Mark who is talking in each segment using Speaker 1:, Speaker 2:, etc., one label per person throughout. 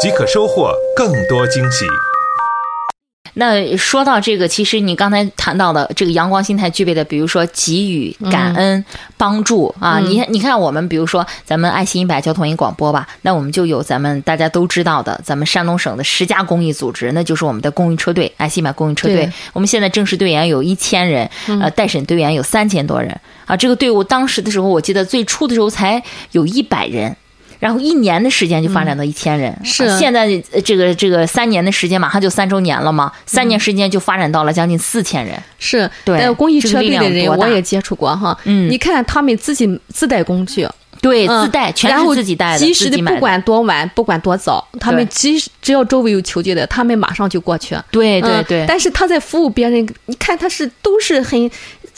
Speaker 1: 即可收获更多惊喜。
Speaker 2: 那说到这个，其实你刚才谈到的这个阳光心态具备的，比如说给予、感恩、帮助啊，你你看我们，比如说咱们爱心一百交统一广播吧，那我们就有咱们大家都知道的，咱们山东省的十家公益组织，那就是我们的公益车队，爱心一百公益车队
Speaker 3: 对，
Speaker 2: 我们现在正式队员有一千人，呃，待审队员有三千多人啊，这个队伍当时的时候，我记得最初的时候才有一百人。然后一年的时间就发展到一千人，
Speaker 3: 嗯是
Speaker 2: 啊现在呃这个这个三年的时间，马上就三周年了嘛，三
Speaker 3: 嗯
Speaker 2: 年时间就发展到了将近四千人。
Speaker 3: 是，
Speaker 2: 对
Speaker 3: 还有公益车队
Speaker 2: 这个
Speaker 3: 的
Speaker 2: 力量
Speaker 3: 人
Speaker 2: 多大
Speaker 3: 我也接触过哈。
Speaker 2: 嗯
Speaker 3: 你看他们自己自带工具，
Speaker 2: 对，
Speaker 3: 嗯
Speaker 2: 自带全
Speaker 3: 然
Speaker 2: 是
Speaker 3: 后
Speaker 2: 自己带的，
Speaker 3: 及时
Speaker 2: 自
Speaker 3: 的
Speaker 2: 己买
Speaker 3: 不管多晚，不管多早，他们及时只要周围有求救的，他们马上就过去。
Speaker 2: 对对
Speaker 3: 嗯
Speaker 2: 对，
Speaker 3: 但是他在服务别人，你看他是都是很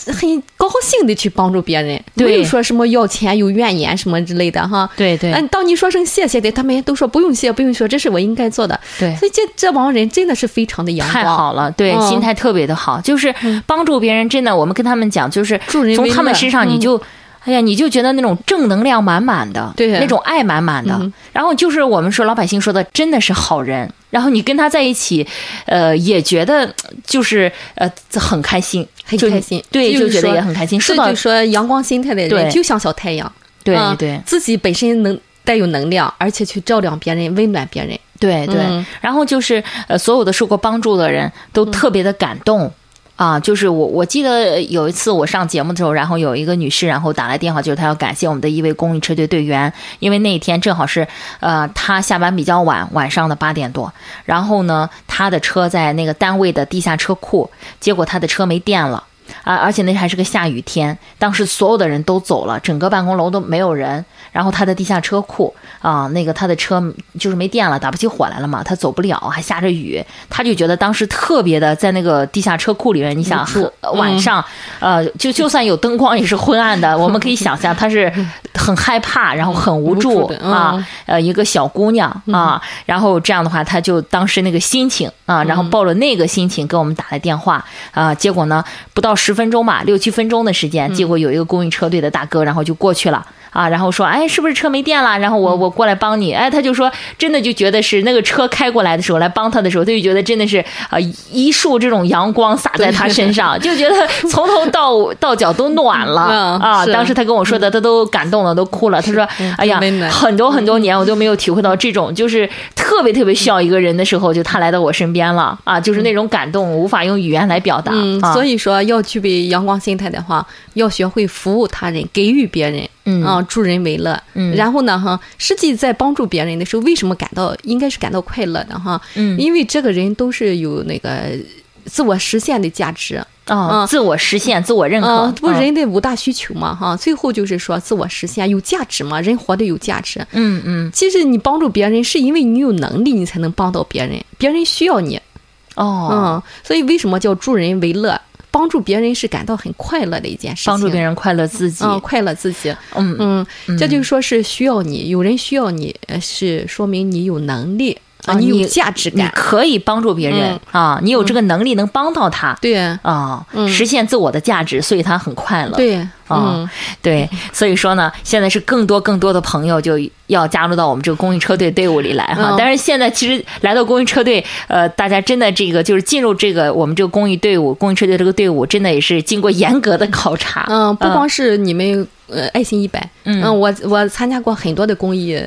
Speaker 3: 很高兴的去帮助别人，
Speaker 2: 对
Speaker 3: 没有说什么要钱有怨言什么之类的哈。
Speaker 2: 对对
Speaker 3: 嗯，当你说声谢谢的，他们也都说不用谢，不用说，这是我应该做的。
Speaker 2: 对
Speaker 3: 所以这这帮人真的是非常的阳光，
Speaker 2: 太好了，对，
Speaker 3: 嗯
Speaker 2: 心态特别的好，就是帮助别人。真的，我们跟他们讲，就是
Speaker 3: 助人
Speaker 2: 从
Speaker 3: 为
Speaker 2: 他们
Speaker 3: 乐嗯
Speaker 2: 身上，你就。哎呀，你就觉得那种正能量满满的，
Speaker 3: 对嗯
Speaker 2: 那种爱满满的。然后就是我们说老百姓说的，真的是好人。然后你跟他在一起，呃，也觉得就是呃很开心，
Speaker 3: 很
Speaker 2: 就
Speaker 3: 开心
Speaker 2: 对，
Speaker 3: 就是
Speaker 2: 就觉得
Speaker 3: 说
Speaker 2: 也很开心。
Speaker 3: 这
Speaker 2: 到
Speaker 3: 就说阳光心态的
Speaker 2: 对
Speaker 3: 人就像小太阳，
Speaker 2: 对
Speaker 3: 嗯
Speaker 2: 对
Speaker 3: 自己本身能带有能量，而且去照亮别人，温暖别人。
Speaker 2: 对对，
Speaker 3: 嗯
Speaker 2: 然后就是呃，所有的受过帮助的人都特别的感动。啊，就是我我记得有一次我上节目的时候，然后有一个女士，然后打来电话，就是她要感谢我们的一位公益车队队员，因为那一天正好是呃她下班比较晚，晚上的八点多，然后呢她的车在那个单位的地下车库，结果她的车没电了。啊，而且那还是个下雨天，当时所有的人都走了，整个办公楼都没有人。然后他的地下车库啊，那个他的车就是没电了，打不起火来了嘛，他走不了，还下着雨，他就觉得当时特别的在那个地下车库里面，你
Speaker 3: 嗯
Speaker 2: 想呃 晚上，呃，就就算有灯光也是昏暗的，我们可以想象他是很害怕，然后很无助
Speaker 3: 无助的嗯
Speaker 2: 啊，呃一个小姑娘啊，然后这样的话，她就当时那个心情啊，然后
Speaker 3: 嗯
Speaker 2: 抱着那个心情给我们打来电话啊，结果呢，不到十分钟吧，六七分钟的时
Speaker 3: 嗯
Speaker 2: 间，结果有一个公益车队的大哥，然后就过去了。啊，然后说，哎，是不是车没电了？然后
Speaker 3: 嗯
Speaker 2: 我我过来帮你。哎，他就说，真的就觉得是那个车开过来的时候，来帮他的时候，他就觉得真的是啊、一束这种阳光洒在他身上，就觉 得从头到到脚都暖了
Speaker 3: 嗯
Speaker 2: 啊。
Speaker 3: 是嗯
Speaker 2: 当时他跟我说的，他都感动了，都哭了。他说，哎呀
Speaker 3: 真温，暖
Speaker 2: 很多很多年我都没有体会到这种，就是特别特别需要一个人的时候，就他来到我身边了啊，就是那种感动无法用语言来表达。
Speaker 3: 嗯，
Speaker 2: 啊、
Speaker 3: 所以说要具备阳光心态的话，要学会服务他人，给予别人，
Speaker 2: 嗯
Speaker 3: 啊，助人为乐。
Speaker 2: 嗯
Speaker 3: 然后呢，哈，实际在帮助别人的时候，为什么感到应该是感到快乐的哈？
Speaker 2: 嗯
Speaker 3: 因为这个人都是有那个自我实现的价值。
Speaker 2: 啊，
Speaker 3: 嗯
Speaker 2: 自我实现、自我认可
Speaker 3: 啊，，这不
Speaker 2: 嗯
Speaker 3: 人的五大需求嘛，哈，最后就是说自我实现有价值嘛，人活得有价值。
Speaker 2: 嗯嗯
Speaker 3: 其实你帮助别人，是因为你有能力，你才能帮到别人，别人需要你。
Speaker 2: 哦。
Speaker 3: 嗯，所以为什么叫助人为乐？帮助别人是感到很快乐的一件事情，
Speaker 2: 帮助别人快乐自己，
Speaker 3: 嗯，快乐自己。
Speaker 2: 嗯
Speaker 3: 嗯，这就说是需要你，有人需要你，呃是说明你有能力
Speaker 2: 啊
Speaker 3: 啊，你
Speaker 2: 你
Speaker 3: 有价值
Speaker 2: 你
Speaker 3: 感。
Speaker 2: 可以帮助别人、啊，你有这个能力能帮到他，
Speaker 3: 嗯对
Speaker 2: 啊、
Speaker 3: 嗯
Speaker 2: 实现自我的价值，所以他很快乐。
Speaker 3: 对，
Speaker 2: 啊
Speaker 3: 嗯，
Speaker 2: 对，所以说呢，现在是更多更多的朋友就要加入到我们这个公益车队队伍里来哈。
Speaker 3: 嗯
Speaker 2: 但是现在其实来到公益车队，呃，大家真的这个就是进入这个我们这个公益队伍、公益车队这个队伍，真的也是经过严格的考察。
Speaker 3: 嗯，不光是你们呃爱心一百，
Speaker 2: 啊嗯
Speaker 3: 我我参加过很多的公益呃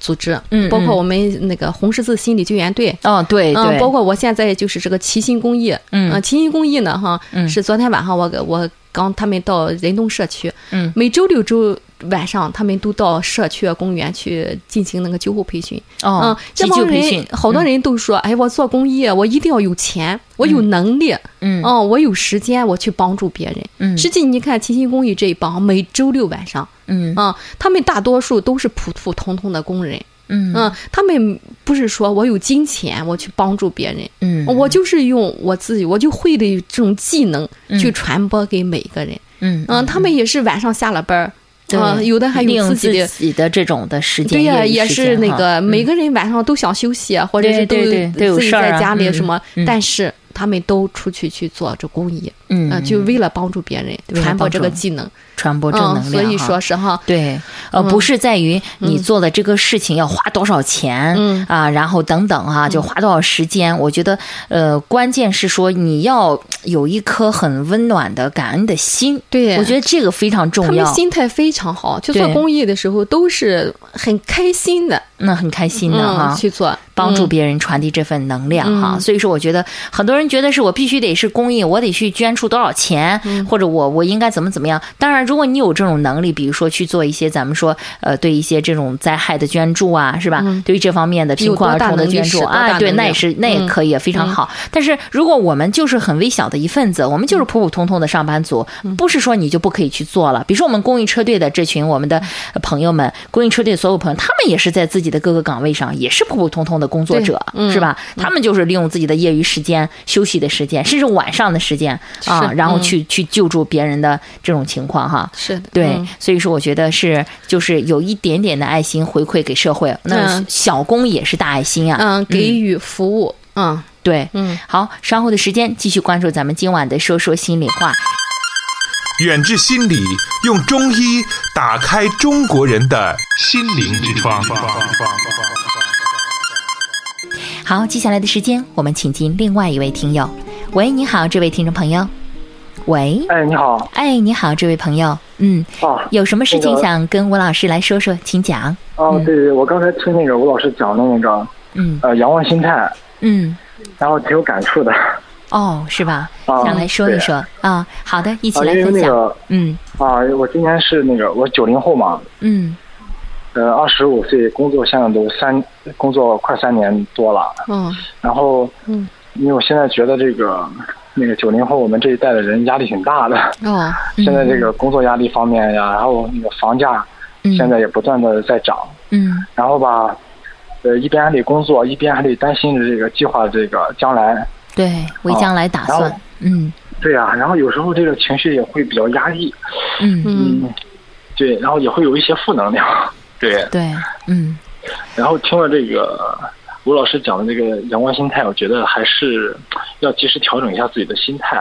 Speaker 3: 组织，
Speaker 2: 嗯
Speaker 3: 包括
Speaker 2: 嗯
Speaker 3: 我们那个红十字心理救援队，
Speaker 2: 哦，对对，
Speaker 3: 嗯，包括我呃现在就是这个齐心公益，
Speaker 2: 嗯
Speaker 3: 齐心公益呢哈，
Speaker 2: 嗯
Speaker 3: 是昨天晚上我给我刚他们到仁东社区，
Speaker 2: 嗯
Speaker 3: 每周六周晚上他们都到社区啊公园去进行那个救护培训，
Speaker 2: 哦
Speaker 3: 嗯，，这
Speaker 2: 急
Speaker 3: 帮
Speaker 2: 救培
Speaker 3: 人
Speaker 2: 训，
Speaker 3: 好多人都说，哎，我做公益，我一定要有钱，我有能力，
Speaker 2: 嗯
Speaker 3: 哦，我有时间，我去帮助别人。
Speaker 2: 嗯
Speaker 3: 实际你看齐心公益这一帮，每周六晚上，
Speaker 2: 嗯
Speaker 3: 啊，他们大多数都是普普通通的工人，
Speaker 2: 嗯
Speaker 3: 嗯，他们不是说我有金钱我去帮助别人，
Speaker 2: 嗯，
Speaker 3: 我就是用我自己我就会的这种技能去传播给每个人。
Speaker 2: 嗯
Speaker 3: 嗯，他们也是晚上下了班儿，
Speaker 2: 对
Speaker 3: 啊，有的还
Speaker 2: 利
Speaker 3: 有
Speaker 2: 用
Speaker 3: 自
Speaker 2: 自
Speaker 3: 己的。
Speaker 2: 己的这种的时间，
Speaker 3: 对呀、
Speaker 2: 业余
Speaker 3: 也
Speaker 2: 时
Speaker 3: 是
Speaker 2: 间
Speaker 3: 那
Speaker 2: 哈
Speaker 3: 个每
Speaker 2: 嗯
Speaker 3: 个人晚上都想休息啊，或者是都
Speaker 2: 对对对都有
Speaker 3: 自己
Speaker 2: 事儿
Speaker 3: 在
Speaker 2: 啊
Speaker 3: 家里
Speaker 2: 嗯
Speaker 3: 什么，
Speaker 2: 嗯
Speaker 3: 但是他们都出去去做这公益，
Speaker 2: 嗯
Speaker 3: 呃就为了帮助别人，
Speaker 2: 为了
Speaker 3: 传播这
Speaker 2: 帮
Speaker 3: 个
Speaker 2: 助
Speaker 3: 技能，
Speaker 2: 传播正
Speaker 3: 嗯，
Speaker 2: 能
Speaker 3: 所
Speaker 2: 量，
Speaker 3: 以
Speaker 2: 哈
Speaker 3: 说是哈，
Speaker 2: 对，呃，
Speaker 3: 嗯
Speaker 2: 不是在于你做的这个事情要花多少钱，
Speaker 3: 嗯
Speaker 2: 啊，然后等等哈、就花多少时间。我觉得，呃，关键是说你要有一颗很温暖的感恩的心，
Speaker 3: 对
Speaker 2: 我觉得这个非常
Speaker 3: 他
Speaker 2: 重
Speaker 3: 们
Speaker 2: 要，
Speaker 3: 心态非常好，去做
Speaker 2: 对
Speaker 3: 公益的时候都是很开心的，
Speaker 2: 那很开心的哈、
Speaker 3: 嗯，去做
Speaker 2: 帮助
Speaker 3: 嗯
Speaker 2: 别人传递这份能量哈、
Speaker 3: 嗯
Speaker 2: 所以说我觉得很多人觉得是我必须得是公益，我得去捐出多少钱，
Speaker 3: 嗯
Speaker 2: 或者我我应该怎么怎么样。当然，如果你有这种能力，比如说去做一些咱们说呃对一些这种灾害的捐助啊，是吧？对于这方面的贫困儿童的捐助
Speaker 3: 有嗯多大能力是多大
Speaker 2: 啊，对，
Speaker 3: 能量
Speaker 2: 那也是那也可以，啊非
Speaker 3: 嗯
Speaker 2: 常好。但是如果我们就是很微小的一份子，我们就是普普通通的上班族，
Speaker 3: 嗯
Speaker 2: 不是说你就不可以去做了。比如说我们公益车队的这群我们的
Speaker 3: 嗯
Speaker 2: 呃朋友们，公益车队所有朋友，他们也是在自己的各个岗位上，也是普普通通的工作者，
Speaker 3: 嗯
Speaker 2: 是吧？他们就是利用自己的业余时间、休息的时间，甚至晚上的时间啊，
Speaker 3: 是
Speaker 2: 然后
Speaker 3: 嗯
Speaker 2: 去去救助别人的这种情况哈。
Speaker 3: 是的，
Speaker 2: 对，
Speaker 3: 嗯
Speaker 2: 所以说我觉得是就是有一点点的爱心回馈给社会，那
Speaker 3: 嗯
Speaker 2: 小工也是大爱心呀、
Speaker 3: 嗯，给予服务，嗯
Speaker 2: 对，
Speaker 3: 嗯，
Speaker 2: 好，稍后的时间继续关注咱们今晚的说说心里话。
Speaker 1: 远至心理，用中医打开中国人的心灵之窗。
Speaker 2: 好，接下来的时间我们请进另外一位听友。喂，你好，这位听众朋友。喂，
Speaker 4: 哎，你好
Speaker 2: 哎，你好，这位朋友。嗯，
Speaker 4: 啊
Speaker 2: 有什么事
Speaker 4: 那
Speaker 2: 情
Speaker 4: 个
Speaker 2: 想跟吴老师来说说，请讲。
Speaker 4: 啊！
Speaker 2: 嗯
Speaker 4: 对对，我刚才听那个吴老师讲的那个
Speaker 2: 嗯
Speaker 4: 呃仰望心态，
Speaker 2: 嗯，
Speaker 4: 然后挺有感触的
Speaker 2: 哦，是吧？
Speaker 4: 啊。
Speaker 2: 想来说一说啊。好的，一起
Speaker 4: 对
Speaker 2: 来
Speaker 4: 啊，因为
Speaker 2: 分
Speaker 4: 那
Speaker 2: 享。
Speaker 4: 个
Speaker 2: 嗯
Speaker 4: 啊，我今年是那个我九零后嘛，
Speaker 2: 嗯
Speaker 4: 呃，二十五岁，工作现在都三工作快三年多了，
Speaker 3: 哦，
Speaker 4: 然后
Speaker 3: 嗯
Speaker 4: 因为我现在觉得这个那个九零后我们这一代的人压力挺大的，
Speaker 3: 哦，
Speaker 2: 嗯
Speaker 4: 现在这个工作压力方面呀，然后那个房价
Speaker 2: 嗯
Speaker 4: 现在也不断的在涨，
Speaker 2: 嗯
Speaker 4: 然后吧。呃，一边还得工作，一边还得担心着这个计划这个将来
Speaker 2: 对，为
Speaker 4: 好
Speaker 2: 将来打
Speaker 4: 哦然后
Speaker 2: 算。嗯
Speaker 4: 对呀、然后有时候这个情绪也会比较压抑，
Speaker 2: 嗯，
Speaker 3: 嗯，
Speaker 4: 对，然后也会有一些负能量，对。
Speaker 2: 对，嗯
Speaker 4: 然后听了这个吴老师讲的这个阳光心态，我觉得还是要及时调整一下自己的心态，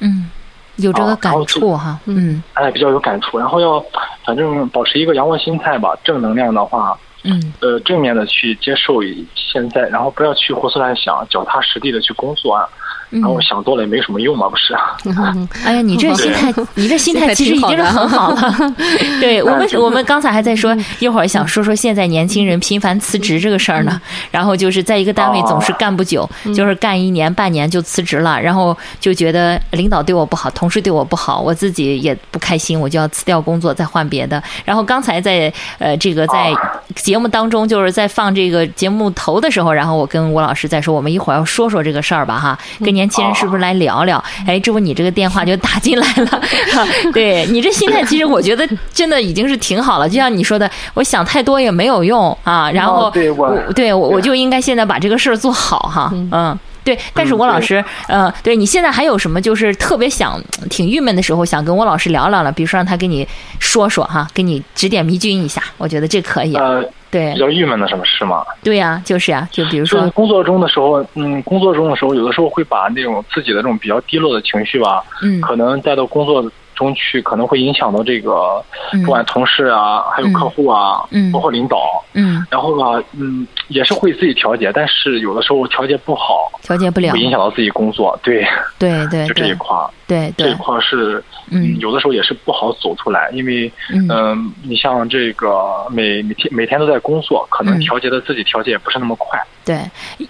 Speaker 2: 嗯，有这
Speaker 4: 哦好
Speaker 2: 个
Speaker 4: 然
Speaker 2: 感
Speaker 4: 后这
Speaker 2: 触哈。嗯
Speaker 4: 哎，比较有感触。然后要反正保持一个阳光心态吧，正能量的话，
Speaker 2: 嗯
Speaker 4: 呃，正面的去接受现在，然后不要去胡思乱想，脚踏实地的去工作啊。
Speaker 2: 嗯
Speaker 4: 然。后想多了也没什么用嘛，不是？啊
Speaker 2: 哎呀，你这
Speaker 4: 对
Speaker 2: 心态，你这心态其实已经是很好嗯了。 对我们，我们刚才还在说，一会儿想说说现在年轻人频繁辞职这个事儿呢。然后就是在一个单位总是干不久，就是干一年半年就辞职了，然后就觉得领导对我不好，同事对我不好，我自己也不开心，我就要辞掉工作再换别的。然后刚才在呃这个在
Speaker 4: 啊
Speaker 2: 节目当中，就是在放这个节目头的时候，然后我跟吴老师在说，我们一会儿要说说这个事儿吧，哈，跟年
Speaker 4: 哦
Speaker 2: 轻人是不是来聊聊？哎，这不你这个电话就打进来了， 对你这心态，其实我觉得真的已经是挺好了。就像你说的，我想太多也没有用啊。然后，
Speaker 4: 哦对我
Speaker 2: 对我我就应该现在把这个事儿做好哈，嗯。对，但是我老师，呃，对你现在还有什么就是特别想挺郁闷的时候，想跟我老师聊聊了，比如说让他跟你说说哈，给你指点迷津一下，我觉得这可以。
Speaker 4: 呃，
Speaker 2: 对
Speaker 4: 比，较郁闷的什么事嘛？
Speaker 2: 对呀、就是呀、就比如
Speaker 4: 啊就是啊
Speaker 2: 说，
Speaker 4: 工作中的时候，嗯，工作中的时候，有的时候会把那种自己的这种比较低落的情绪吧，
Speaker 2: 嗯
Speaker 4: 可能带到工作中去，可能会影响到这个
Speaker 2: 嗯
Speaker 4: 不管同事啊，还有客户啊，
Speaker 2: 嗯
Speaker 4: 包括领导。
Speaker 2: 嗯，
Speaker 4: 然后吧，嗯，也是会自己调节，但是有的时候调节不好，
Speaker 2: 调节不了
Speaker 4: 会，影响到自己工作。对，
Speaker 2: 对对
Speaker 4: 就这一
Speaker 2: 对
Speaker 4: 块儿，
Speaker 2: 对
Speaker 4: 这一
Speaker 2: 对，
Speaker 4: 块儿是，
Speaker 2: 嗯
Speaker 4: 有的时候也是不好走出来，因为，
Speaker 2: 嗯
Speaker 4: 嗯、你像这个每每天每天都在工作，可
Speaker 2: 嗯
Speaker 4: 能调节的自己调节也不是那么快。
Speaker 2: 对，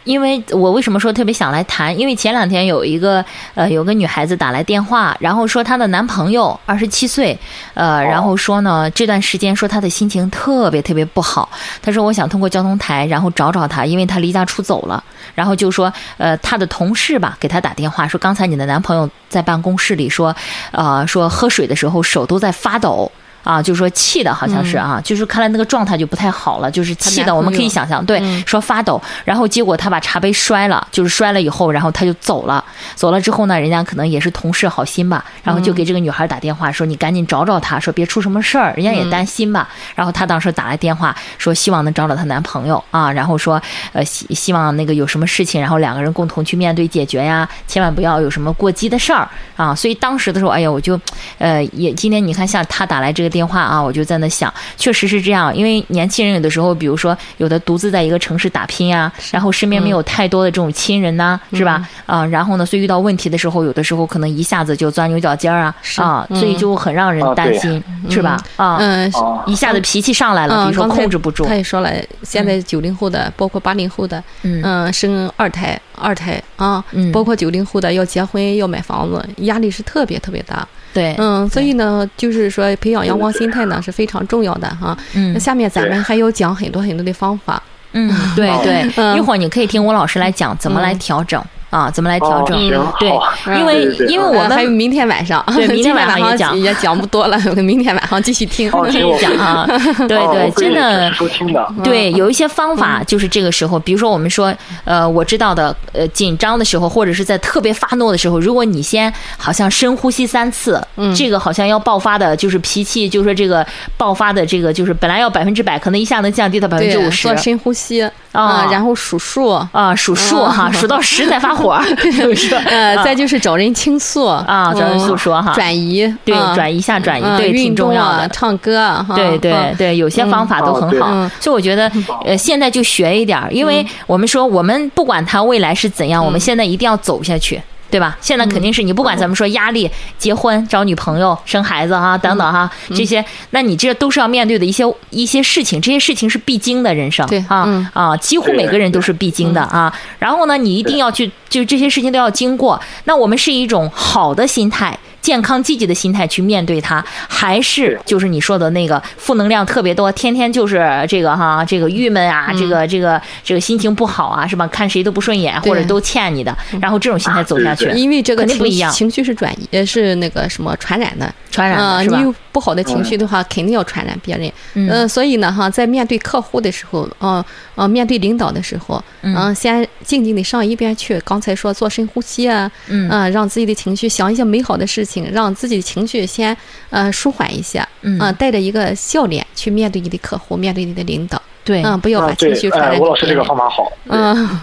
Speaker 2: 因为我为什么说特别想来谈？因为前两天有一个呃，有个女孩子打来电话，然后说她的男朋友二十七岁，呃，然后说呢这段时间说她的心情特别特别不好。她说我想通过交通台，然后找找他，因为他离家出走了。然后就说呃，她的同事吧给她打电话说，刚才你的男朋友在办公室里说，呃，说喝水的时候手都在发抖。啊，就是说气的，好像是啊，就是看来那个状态就不太好了，就是气
Speaker 3: 她男朋
Speaker 2: 的，
Speaker 3: 友
Speaker 2: 我们可以想象，对，说发抖，然后结果他把茶杯摔了，就是摔了以后，然后他就走了，走了之后呢，人家可能也是同事好心吧，然后就给这个女孩打电话说，你赶紧找找他，说别出什么事儿，人家也担心吧，然后她当时打来电话说希望能找找她男朋友啊，然后说呃希希望那个有什么事情，然后两个人共同去面对解决呀，千万不要有什么过激的事儿啊。所以当时的时候，哎呀，我就呃也今天你看像她打来这个电话啊，我就在那想，确实是这样，因为年轻人有的时候，比如说有的独自在一个城市打拼呀、然后身边没有太多的这种亲人呐、是吧？ 啊，然后呢，所以遇到问题的时候，有的时候可能一下子就钻牛角尖儿啊啊，所以就很让人
Speaker 4: 啊
Speaker 2: 担
Speaker 4: 对
Speaker 2: 心，是吧？啊，
Speaker 3: 嗯，
Speaker 4: 啊，
Speaker 2: 一下子脾气上来了，比
Speaker 3: 嗯，
Speaker 2: 如说
Speaker 3: 刚才
Speaker 2: 控制不住
Speaker 3: 他，也说了，现在九零后的，包括八零后的，
Speaker 2: 嗯
Speaker 3: 嗯，生二胎、二胎啊
Speaker 2: 嗯，
Speaker 3: 包括九零后的要结婚、要买房子，压力是特别特别大。
Speaker 2: 对，
Speaker 3: 嗯，所以呢，就是说培养阳光心态呢是非常重要的哈。
Speaker 2: 嗯
Speaker 3: 那下面咱们还要讲很多很多的方 法。
Speaker 2: 嗯，对对，
Speaker 3: 嗯
Speaker 2: 一会儿你可以听吴老师来讲怎么来调整啊，怎么来调整
Speaker 4: 哦，行，
Speaker 2: 对
Speaker 4: 好，
Speaker 2: 因为
Speaker 4: 对对对
Speaker 2: 因为我
Speaker 3: 嗯呃还有
Speaker 2: 们
Speaker 3: 明天晚上，
Speaker 2: 对明天
Speaker 3: 今
Speaker 2: 晚
Speaker 3: 晚
Speaker 2: 上也讲
Speaker 3: 也讲不多了，明天晚上继续听。
Speaker 4: 哦
Speaker 2: 可
Speaker 4: 行
Speaker 2: 以讲啊，对
Speaker 4: 哦
Speaker 2: 对，
Speaker 4: 我可以
Speaker 2: 真的
Speaker 4: 准时。收听的，
Speaker 3: 嗯
Speaker 2: 对，有一些方法就是这个时候，比如说我们说，呃，我知道的，呃，紧张的时候，或者是在特别发怒的时候，如果你先好像深呼吸三次，嗯，这个好像要爆发的，就是脾气，就是说这个爆发的这个，就是本来要百分之百，可能一下能降低到百分
Speaker 3: 对
Speaker 2: 之五，十
Speaker 3: 做。深呼吸啊、
Speaker 2: 啊
Speaker 3: 然后数数，
Speaker 2: 啊，数数 哈，数到十再发火儿， 就是说
Speaker 3: 呃，再就是找人倾诉
Speaker 2: 啊找人诉说哈
Speaker 3: 嗯转移，
Speaker 2: 对
Speaker 3: 啊
Speaker 2: 转移一下转移，
Speaker 3: 嗯
Speaker 2: 对，挺
Speaker 3: 运
Speaker 2: 重
Speaker 3: 动
Speaker 2: 要
Speaker 3: 啊，
Speaker 2: 的。
Speaker 3: 唱歌啊，哈
Speaker 2: 对对
Speaker 3: 嗯
Speaker 2: 对，有些方法都
Speaker 4: 哦
Speaker 2: 很
Speaker 4: 对
Speaker 2: 好，所以我觉得，呃，现在就学一点儿，因为
Speaker 3: 嗯
Speaker 2: 我们说，我们不管它未来是怎样，我们现在一定要走下去，对吧？现在
Speaker 3: 嗯
Speaker 2: 肯定是你不管咱们说压力、结婚、找女朋友、生孩子哈、
Speaker 3: 嗯
Speaker 2: 等等哈、这些，那你这都是要面对的一些一些事情，这些事情是必经的人生，
Speaker 3: 对
Speaker 2: 啊、
Speaker 3: 嗯
Speaker 2: 啊，几乎每个人都是必经的啊。然后呢，你一定要去，就这些事情都要经过。那我们是一种好的心态。健康积极的心态去面对它，还是就是你说的那个负能量特别多，天天就是这个哈，这个郁闷啊，这个这个这个心情不好啊，是吧？看谁都不顺眼，
Speaker 3: 嗯对嗯
Speaker 2: 或者都欠你的，然后这种心态走下去
Speaker 4: 对，
Speaker 3: 因为这个
Speaker 2: 肯定
Speaker 3: 情
Speaker 2: 不一样
Speaker 3: 情绪是转移，呃是那个什么传染的，
Speaker 2: 传染
Speaker 3: 啊、
Speaker 2: 了是吧
Speaker 3: 你？有不好的情绪的话，肯定要传染别人。
Speaker 2: 嗯
Speaker 3: 呃，所以呢，哈，在面对客户的时候，呃呃，面对领导的时候，嗯、先静静的上一边去。刚才说做深呼吸啊，
Speaker 2: 嗯
Speaker 3: 啊让自己的情绪想一些美好的事情，让自己的情绪先呃舒缓一下，
Speaker 2: 嗯
Speaker 3: 啊带着一个笑脸去面对你的客户，面对你的领导，
Speaker 2: 对
Speaker 3: 嗯，不要把
Speaker 4: 啊，
Speaker 3: 情绪
Speaker 4: 对，
Speaker 3: 传染
Speaker 4: 哎，
Speaker 3: 给
Speaker 4: 吴老师
Speaker 3: 别
Speaker 4: 这个
Speaker 3: 人
Speaker 4: 方法好，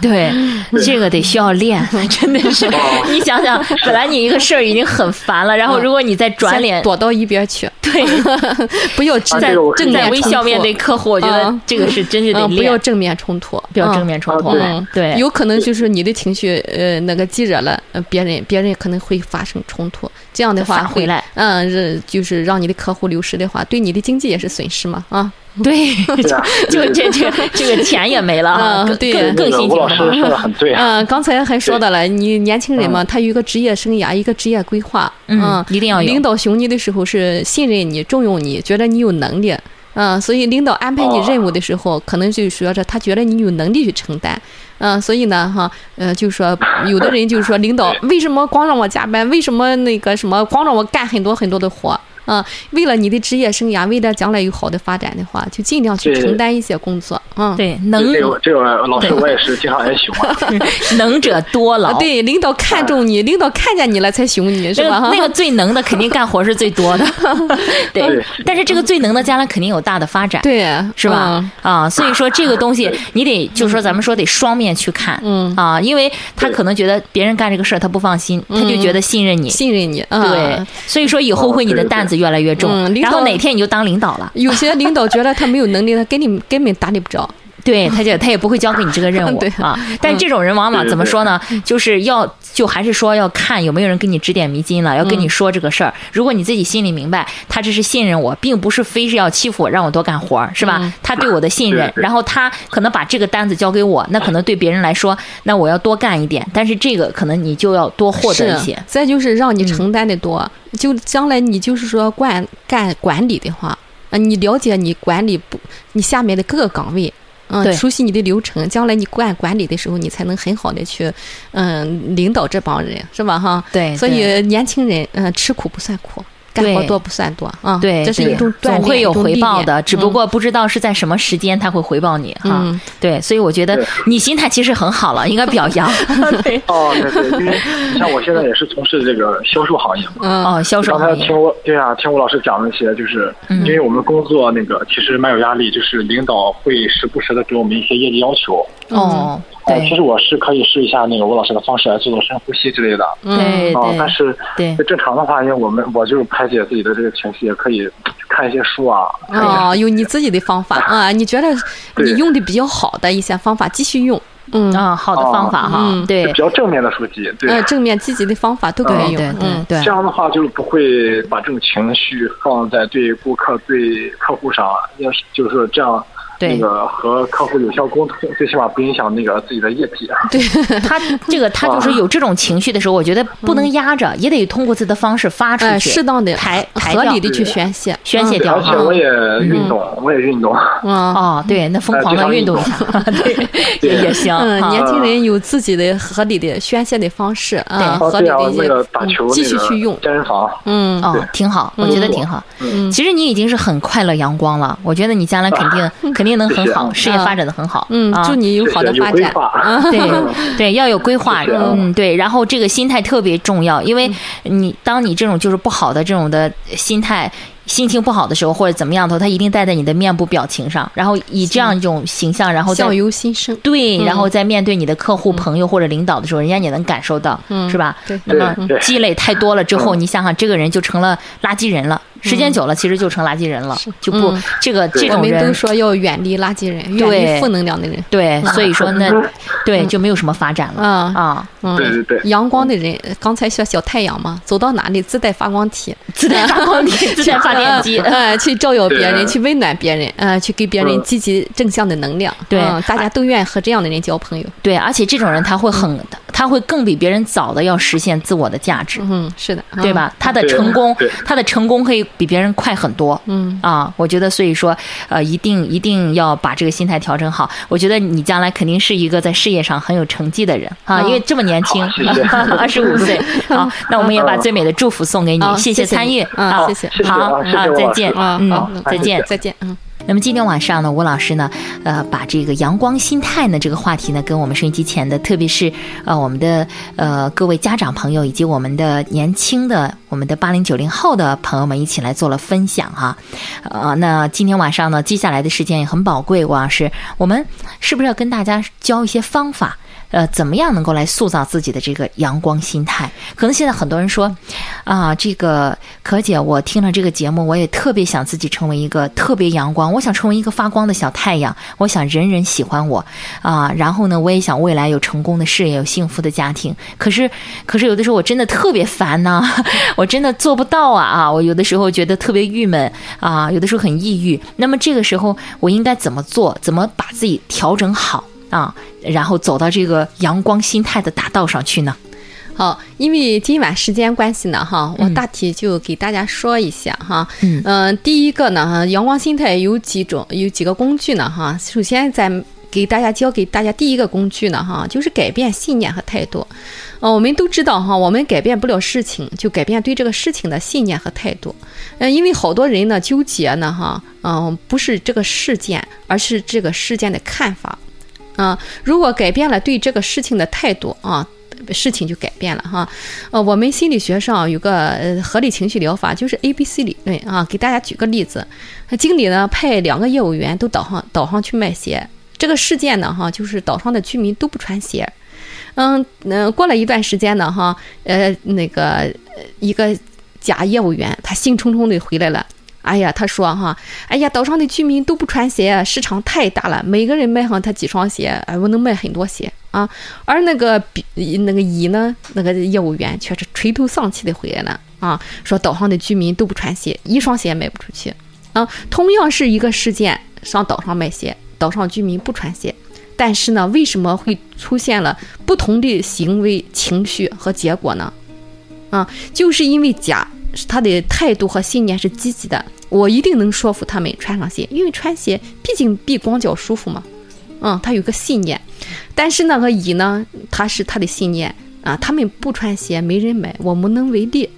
Speaker 4: 对
Speaker 3: 嗯，
Speaker 2: 对，这个得需要练，真的是。
Speaker 3: 哦
Speaker 2: 你想想，本来你一个事儿已经很烦了，然后如果你再转
Speaker 3: 嗯先
Speaker 2: 脸，
Speaker 3: 躲到一边去，
Speaker 2: 对，
Speaker 3: 不要只
Speaker 4: 啊
Speaker 2: 在
Speaker 4: 这个我可以
Speaker 2: 正在
Speaker 4: 练
Speaker 2: 微笑面对客户，我觉得
Speaker 3: 嗯
Speaker 2: 这个是真是得
Speaker 3: 嗯，不要
Speaker 2: 练，
Speaker 3: 正面冲突，
Speaker 2: 不要
Speaker 3: 嗯
Speaker 2: 正面冲突
Speaker 4: 啊，对
Speaker 3: 嗯，
Speaker 2: 对，
Speaker 3: 有可能就是你的情绪呃那个激惹了，呃别人别人可能会发生冲突，这样的话
Speaker 2: 返回
Speaker 3: 会
Speaker 2: 来，
Speaker 3: 嗯，是就是让你的客户流失的话，对你的经济也是损失嘛，啊，
Speaker 2: 对，
Speaker 4: 对啊
Speaker 2: 就就这这这个钱也没了啊，
Speaker 3: 嗯
Speaker 2: 更
Speaker 3: 对
Speaker 2: 更
Speaker 4: 那
Speaker 2: 更
Speaker 4: 个
Speaker 2: 心
Speaker 4: 吴
Speaker 2: 情
Speaker 4: 老
Speaker 2: 不
Speaker 4: 师
Speaker 2: 好。
Speaker 4: 说的很对啊，嗯
Speaker 3: 嗯，刚才还说到了，你年轻人嘛，他有一个职业生涯，一个职业规划，
Speaker 2: 嗯
Speaker 3: 嗯，
Speaker 2: 一定要有
Speaker 3: 领导选你的时候是信任你、重用你，觉得你有能力。嗯，所以领导安排你任务的时候，可能就说着他觉得你有能力去承担，嗯，所以呢，哈，呃，就说有的人就是说，领导为什么光让我加班？为什么那个什么光让我干很多很多的活？嗯，为了你的职业生涯，为了将来有好的发展的话，就尽量去
Speaker 4: 对
Speaker 3: 承担一些工作。嗯，
Speaker 2: 对，能
Speaker 4: 这个这个老师我也是经常挨熊啊，
Speaker 2: 能者多劳
Speaker 3: 啊，。对，领导看中你，领导看见你了才熊你，是
Speaker 2: 嗯那
Speaker 3: 吧？
Speaker 2: 个那个最能的肯定干活是最多 的，对
Speaker 4: 对。
Speaker 2: 但是这个最能的将来肯定有大的发展，
Speaker 3: 嗯对，
Speaker 2: 是吧
Speaker 3: 嗯？
Speaker 2: 啊，所以说这个东西你得就是说咱们说得双面去看，
Speaker 3: 嗯
Speaker 2: 啊，因为他可能觉得别人干这个事儿他不放心，他就觉得信任你，
Speaker 3: 嗯信任你，嗯、
Speaker 2: 对。，所以说以后会你的担子越来越重
Speaker 3: 嗯，领
Speaker 2: 然
Speaker 3: 导
Speaker 2: 后哪天你就当领导了，
Speaker 3: 有些领导觉得他没有能力，他根本根本搭理不着。
Speaker 2: 对，他就他也不会交给你这个任务
Speaker 3: 对
Speaker 2: 啊。但这种人往往
Speaker 4: 对
Speaker 2: 怎么说呢？就是要就还是说要看有没有人给你指点迷津
Speaker 3: 嗯
Speaker 2: 了，要跟你说这个事儿。如果你自己心里明白，他这是信任我，并不是非是要欺负我，让我多干活儿，是
Speaker 3: 嗯
Speaker 2: 吧？他对我的信任，
Speaker 4: 对对
Speaker 2: 然后他可能把这个单子交给我，那可能对别人来说，那我要多干一点，但是这个可能你就要多获得一
Speaker 3: 是啊
Speaker 2: 些。嗯
Speaker 3: 再就是让你承担的多，就将来你就是说管干管理的话，啊，你了解你管理不，你下面的各个岗位。
Speaker 2: 对
Speaker 3: 嗯，熟悉你的流程，将来你管管理的时候，你才能很好的去，嗯，领导这帮人，是吧？哈，
Speaker 2: 对
Speaker 3: 呃所以年轻人，嗯、吃苦不算苦，干活
Speaker 2: 对
Speaker 3: 多不算多啊，
Speaker 2: 对，
Speaker 3: 这是
Speaker 2: 对
Speaker 3: 一种锻
Speaker 2: 总
Speaker 3: 炼
Speaker 2: 会有回报的，只不。
Speaker 3: 一种历练嗯
Speaker 2: 过不知道是在什么时间他会回报你哈、
Speaker 3: 嗯
Speaker 2: 对，所以我觉得
Speaker 4: 对
Speaker 2: 你心态其实很好了，应该表 扬。对，
Speaker 4: 哦，对对，因为你像我现在也是从事这个销售行业嘛，
Speaker 3: 嗯
Speaker 2: 哦，销售
Speaker 4: 刚才
Speaker 2: 行业嗯
Speaker 4: 听我对啊，听吴老师讲那些，就是、因为我们工作那个其实蛮有压力，就是领导会时不时的给我们一些业绩要求。
Speaker 3: 嗯
Speaker 2: 哦，
Speaker 4: 呃，
Speaker 2: 对
Speaker 4: 其实我是可以试一下那个吴老师的方式来做做深呼吸之类的。
Speaker 2: 嗯
Speaker 3: 嗯
Speaker 2: 对
Speaker 4: 啊、但
Speaker 2: 对
Speaker 4: 是
Speaker 2: 对
Speaker 4: 正常的话，因为我们我就是排解自己的这个情绪，也可以看一些书啊。
Speaker 3: 哦，有你自己的方法啊，你觉得
Speaker 4: 对
Speaker 3: 你用的比较好的一些方法，继续用。嗯，
Speaker 2: 啊，好的方法哈，
Speaker 3: 嗯
Speaker 2: 对
Speaker 4: 哦比较正面的书籍，对，
Speaker 3: 呃，正面积极的方法都可
Speaker 2: 对对
Speaker 3: 以用。
Speaker 2: 对
Speaker 3: 嗯
Speaker 2: 对
Speaker 4: 这，样的话就是不会把这种情绪放在对顾客、对客户上，啊要是就是说这样，
Speaker 2: 对
Speaker 4: 那个和客户有效沟通，最起码不影响那个自己的业绩。啊
Speaker 2: 他这个他就是有这种情绪的时候，我觉得不能压着，也得通过自己的方式发出
Speaker 3: 呃，
Speaker 2: 去，
Speaker 3: 适当嗯的
Speaker 2: 抬抬
Speaker 3: 合
Speaker 2: 掉
Speaker 3: 理的去宣泄，
Speaker 2: 宣泄
Speaker 3: 嗯
Speaker 4: 对，
Speaker 2: 掉
Speaker 4: 而且
Speaker 2: 哈。
Speaker 4: 我也运动，我也运动。
Speaker 3: 嗯
Speaker 2: 哦，对，那疯狂的运动一
Speaker 4: 哎
Speaker 2: 下， 对， 也也行
Speaker 3: 嗯，
Speaker 2: 哈
Speaker 3: 年轻人有自己的合理的宣泄的方式啊，
Speaker 4: 哦，
Speaker 3: 合理
Speaker 4: 对啊，
Speaker 3: 的
Speaker 4: 我
Speaker 3: 一
Speaker 4: 那
Speaker 3: 些
Speaker 4: 个打球
Speaker 3: 嗯继续
Speaker 4: 那个
Speaker 3: 去用。
Speaker 4: 健身房，
Speaker 3: 嗯，
Speaker 2: 哦，挺好，我觉得挺好。
Speaker 4: 嗯
Speaker 2: 其实你已经是很快乐阳光了，我觉得你将来肯定、 肯定能很好，
Speaker 4: 谢
Speaker 2: 事业发展的很好。
Speaker 3: 嗯
Speaker 2: 啊，
Speaker 3: 祝你有
Speaker 4: 谢
Speaker 3: 好的
Speaker 4: 谢有
Speaker 3: 发
Speaker 4: 规
Speaker 3: 展。嗯
Speaker 4: 划。
Speaker 2: 对对，要有规划，
Speaker 4: 谢谢啊
Speaker 2: 嗯，对，然后这个心态特别重要，因为你当你这种就是不好的这种的心态。心情不好的时候或者怎么样的时候，它一定带在你的面部表情上，然后以这样一种形象，然后再
Speaker 3: 相由心生。
Speaker 2: 对，
Speaker 3: 嗯
Speaker 2: 然后在面对你的客户、朋友或者领导的时候，人家也能感受到，
Speaker 3: 嗯
Speaker 2: 是吧？
Speaker 3: 对
Speaker 2: 那么
Speaker 4: 对嗯对
Speaker 2: 积累太多了之后，你想想，这个人就成了垃圾人了。时间久了，其实就成垃圾人了，就不、
Speaker 3: 嗯
Speaker 2: 这个这
Speaker 4: 嗯对
Speaker 3: 我
Speaker 2: 种
Speaker 3: 们都
Speaker 2: 人。
Speaker 3: 说要远离垃圾人，远
Speaker 2: 对
Speaker 3: 离负能量的人。
Speaker 2: 对，所以说那，
Speaker 4: 嗯
Speaker 2: 对就没有什么发展了
Speaker 3: 嗯
Speaker 2: 啊，
Speaker 3: 嗯，
Speaker 4: 对对对
Speaker 3: 阳光的人，刚才说小太阳嘛，走到哪里自带发光体，
Speaker 2: 自带发
Speaker 3: 嗯
Speaker 2: 光体，自带发电机，
Speaker 3: 呃，去照耀别人，
Speaker 4: 对
Speaker 3: 去温暖别人，呃，去给别人
Speaker 4: 嗯
Speaker 3: 积极正向的能量。
Speaker 2: 对
Speaker 3: 嗯大家都愿意和这样的人交朋友。
Speaker 2: 对，而且这种人他会很，他会更比别人早的要实现自我的价值，
Speaker 3: 嗯，是的，嗯
Speaker 2: 对？吧？他的
Speaker 4: 对
Speaker 2: 成功
Speaker 4: 对，
Speaker 2: 他的成功可以比别人快很多。
Speaker 3: 嗯
Speaker 2: 啊，我觉得所以说，呃，一定一定要把这个心态调整好。我觉得你将来肯定是一个在事业上很有成绩的人啊，
Speaker 3: 嗯
Speaker 2: 因为这么年轻
Speaker 4: 好谢谢，
Speaker 2: 二十五岁啊。那我们也把最美的祝福送给你，
Speaker 3: 好
Speaker 2: 谢
Speaker 3: 谢谢
Speaker 2: 参
Speaker 3: 你
Speaker 2: 与
Speaker 3: 嗯
Speaker 2: 啊，
Speaker 3: 谢谢
Speaker 4: 谢谢
Speaker 2: 好
Speaker 4: 啊谢谢
Speaker 2: 啊，
Speaker 4: 王
Speaker 2: 再
Speaker 4: 老
Speaker 2: 见
Speaker 4: 师，
Speaker 3: 啊好
Speaker 2: 嗯，再见，
Speaker 3: 再见，嗯。
Speaker 2: 那么今天晚上呢，吴老师呢，呃，把这个阳光心态呢这个话题呢，跟我们收音机前的，特别是呃我们的呃各位家长朋友以及我们的年轻的我们的八零九零后的朋友们一起来做了分享哈、呃，那今天晚上呢，接下来的时间也很宝贵，吴老师，我们是不是要跟大家教一些方法？呃，怎么样能够来塑造自己的这个阳光心态？可能现在很多人说，啊，这个可姐，我听了这个节目，我也特别想自己成为一个特别阳光，我想成为一个发光的小太阳，我想人人喜欢我啊。然后呢，我也想未来有成功的事业，有幸福的家庭。可是，可是有的时候我真的特别烦呐、 我真的做不到啊啊！我有的时候觉得特别郁闷啊，有的时候很抑郁。那么这个时候我应该怎么做？怎么把自己调整好啊？然后走到这个阳光心态的大道上去呢？
Speaker 3: 好，因为今晚时间关系呢，哈，我
Speaker 2: 嗯
Speaker 3: 大体就给大家说一下哈。
Speaker 2: 嗯
Speaker 3: 呃第一个呢，哈阳光心态有几种，有几个工具呢，哈。首先，咱给大家教给大家第一个工具呢，哈，就是改变信念和态度。呃，我们都知道哈，我们改变不了事情，就改变对这个事情的信念和态度。嗯，因为好多人呢纠结呢，哈，嗯、不是这个事件，而是这个事件的看法。啊，如果改变了对这个事情的态度啊，事情就改变了哈。呃，我们心理学上有个呃合理情绪疗法，就是 A B C 理论啊。给大家举个例子，经理呢派两个业务员都岛上岛上去卖鞋，这个事件呢哈，就是岛上的居民都不穿鞋。嗯嗯、呃过了一段时间呢哈，呃那个呃一个假业务员他兴冲冲的回来了。哎呀，他说哈，哎呀，岛上的居民都不穿鞋，市场太大了，每个人卖上他几双鞋，哎，我能卖很多鞋啊。而那个比那个乙呢，那个业务员却是垂头丧气的回来了啊，说岛上的居民都不穿鞋，一双鞋也卖不出去啊。同样是一个事件，上岛上卖鞋，岛上居民不穿鞋，但是呢，为什么会出现了不同的行为、情绪和结果呢？啊，就是因为甲他的态度和信念是积极的，我一定能说服他们穿上鞋，因为穿鞋毕竟比光脚舒服嘛。嗯，他有个信念，但是那个乙呢，他是他的信念啊，他们不穿鞋没人买，我无能为力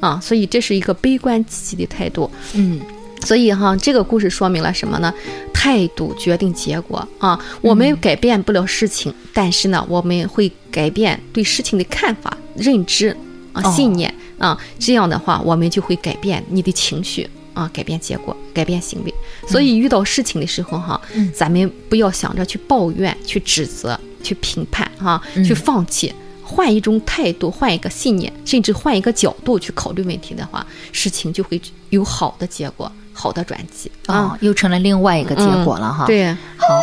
Speaker 3: 啊，所以这是一个悲观积极的态度。
Speaker 2: 嗯，
Speaker 3: 所以哈，这个故事说明了什么呢？态度决定结果啊！我们改变不了事情，但是呢，我们会改变对事情的看法、认知啊、
Speaker 2: 哦
Speaker 3: 信念、啊。这样的话，我们就会改变你的情绪啊，改变结果，改变行为。所以遇到事情的时候哈，
Speaker 2: 嗯
Speaker 3: 咱们不要想着去抱怨、去指责、去评判哈、
Speaker 2: 嗯
Speaker 3: 去放弃。换一种态度，换一个信念，甚至换一个角度去考虑问题的话，事情就会有好的结果，好的转机啊。嗯
Speaker 2: 哦，又成了另外一个结果了哈。，
Speaker 3: 对，
Speaker 2: 好，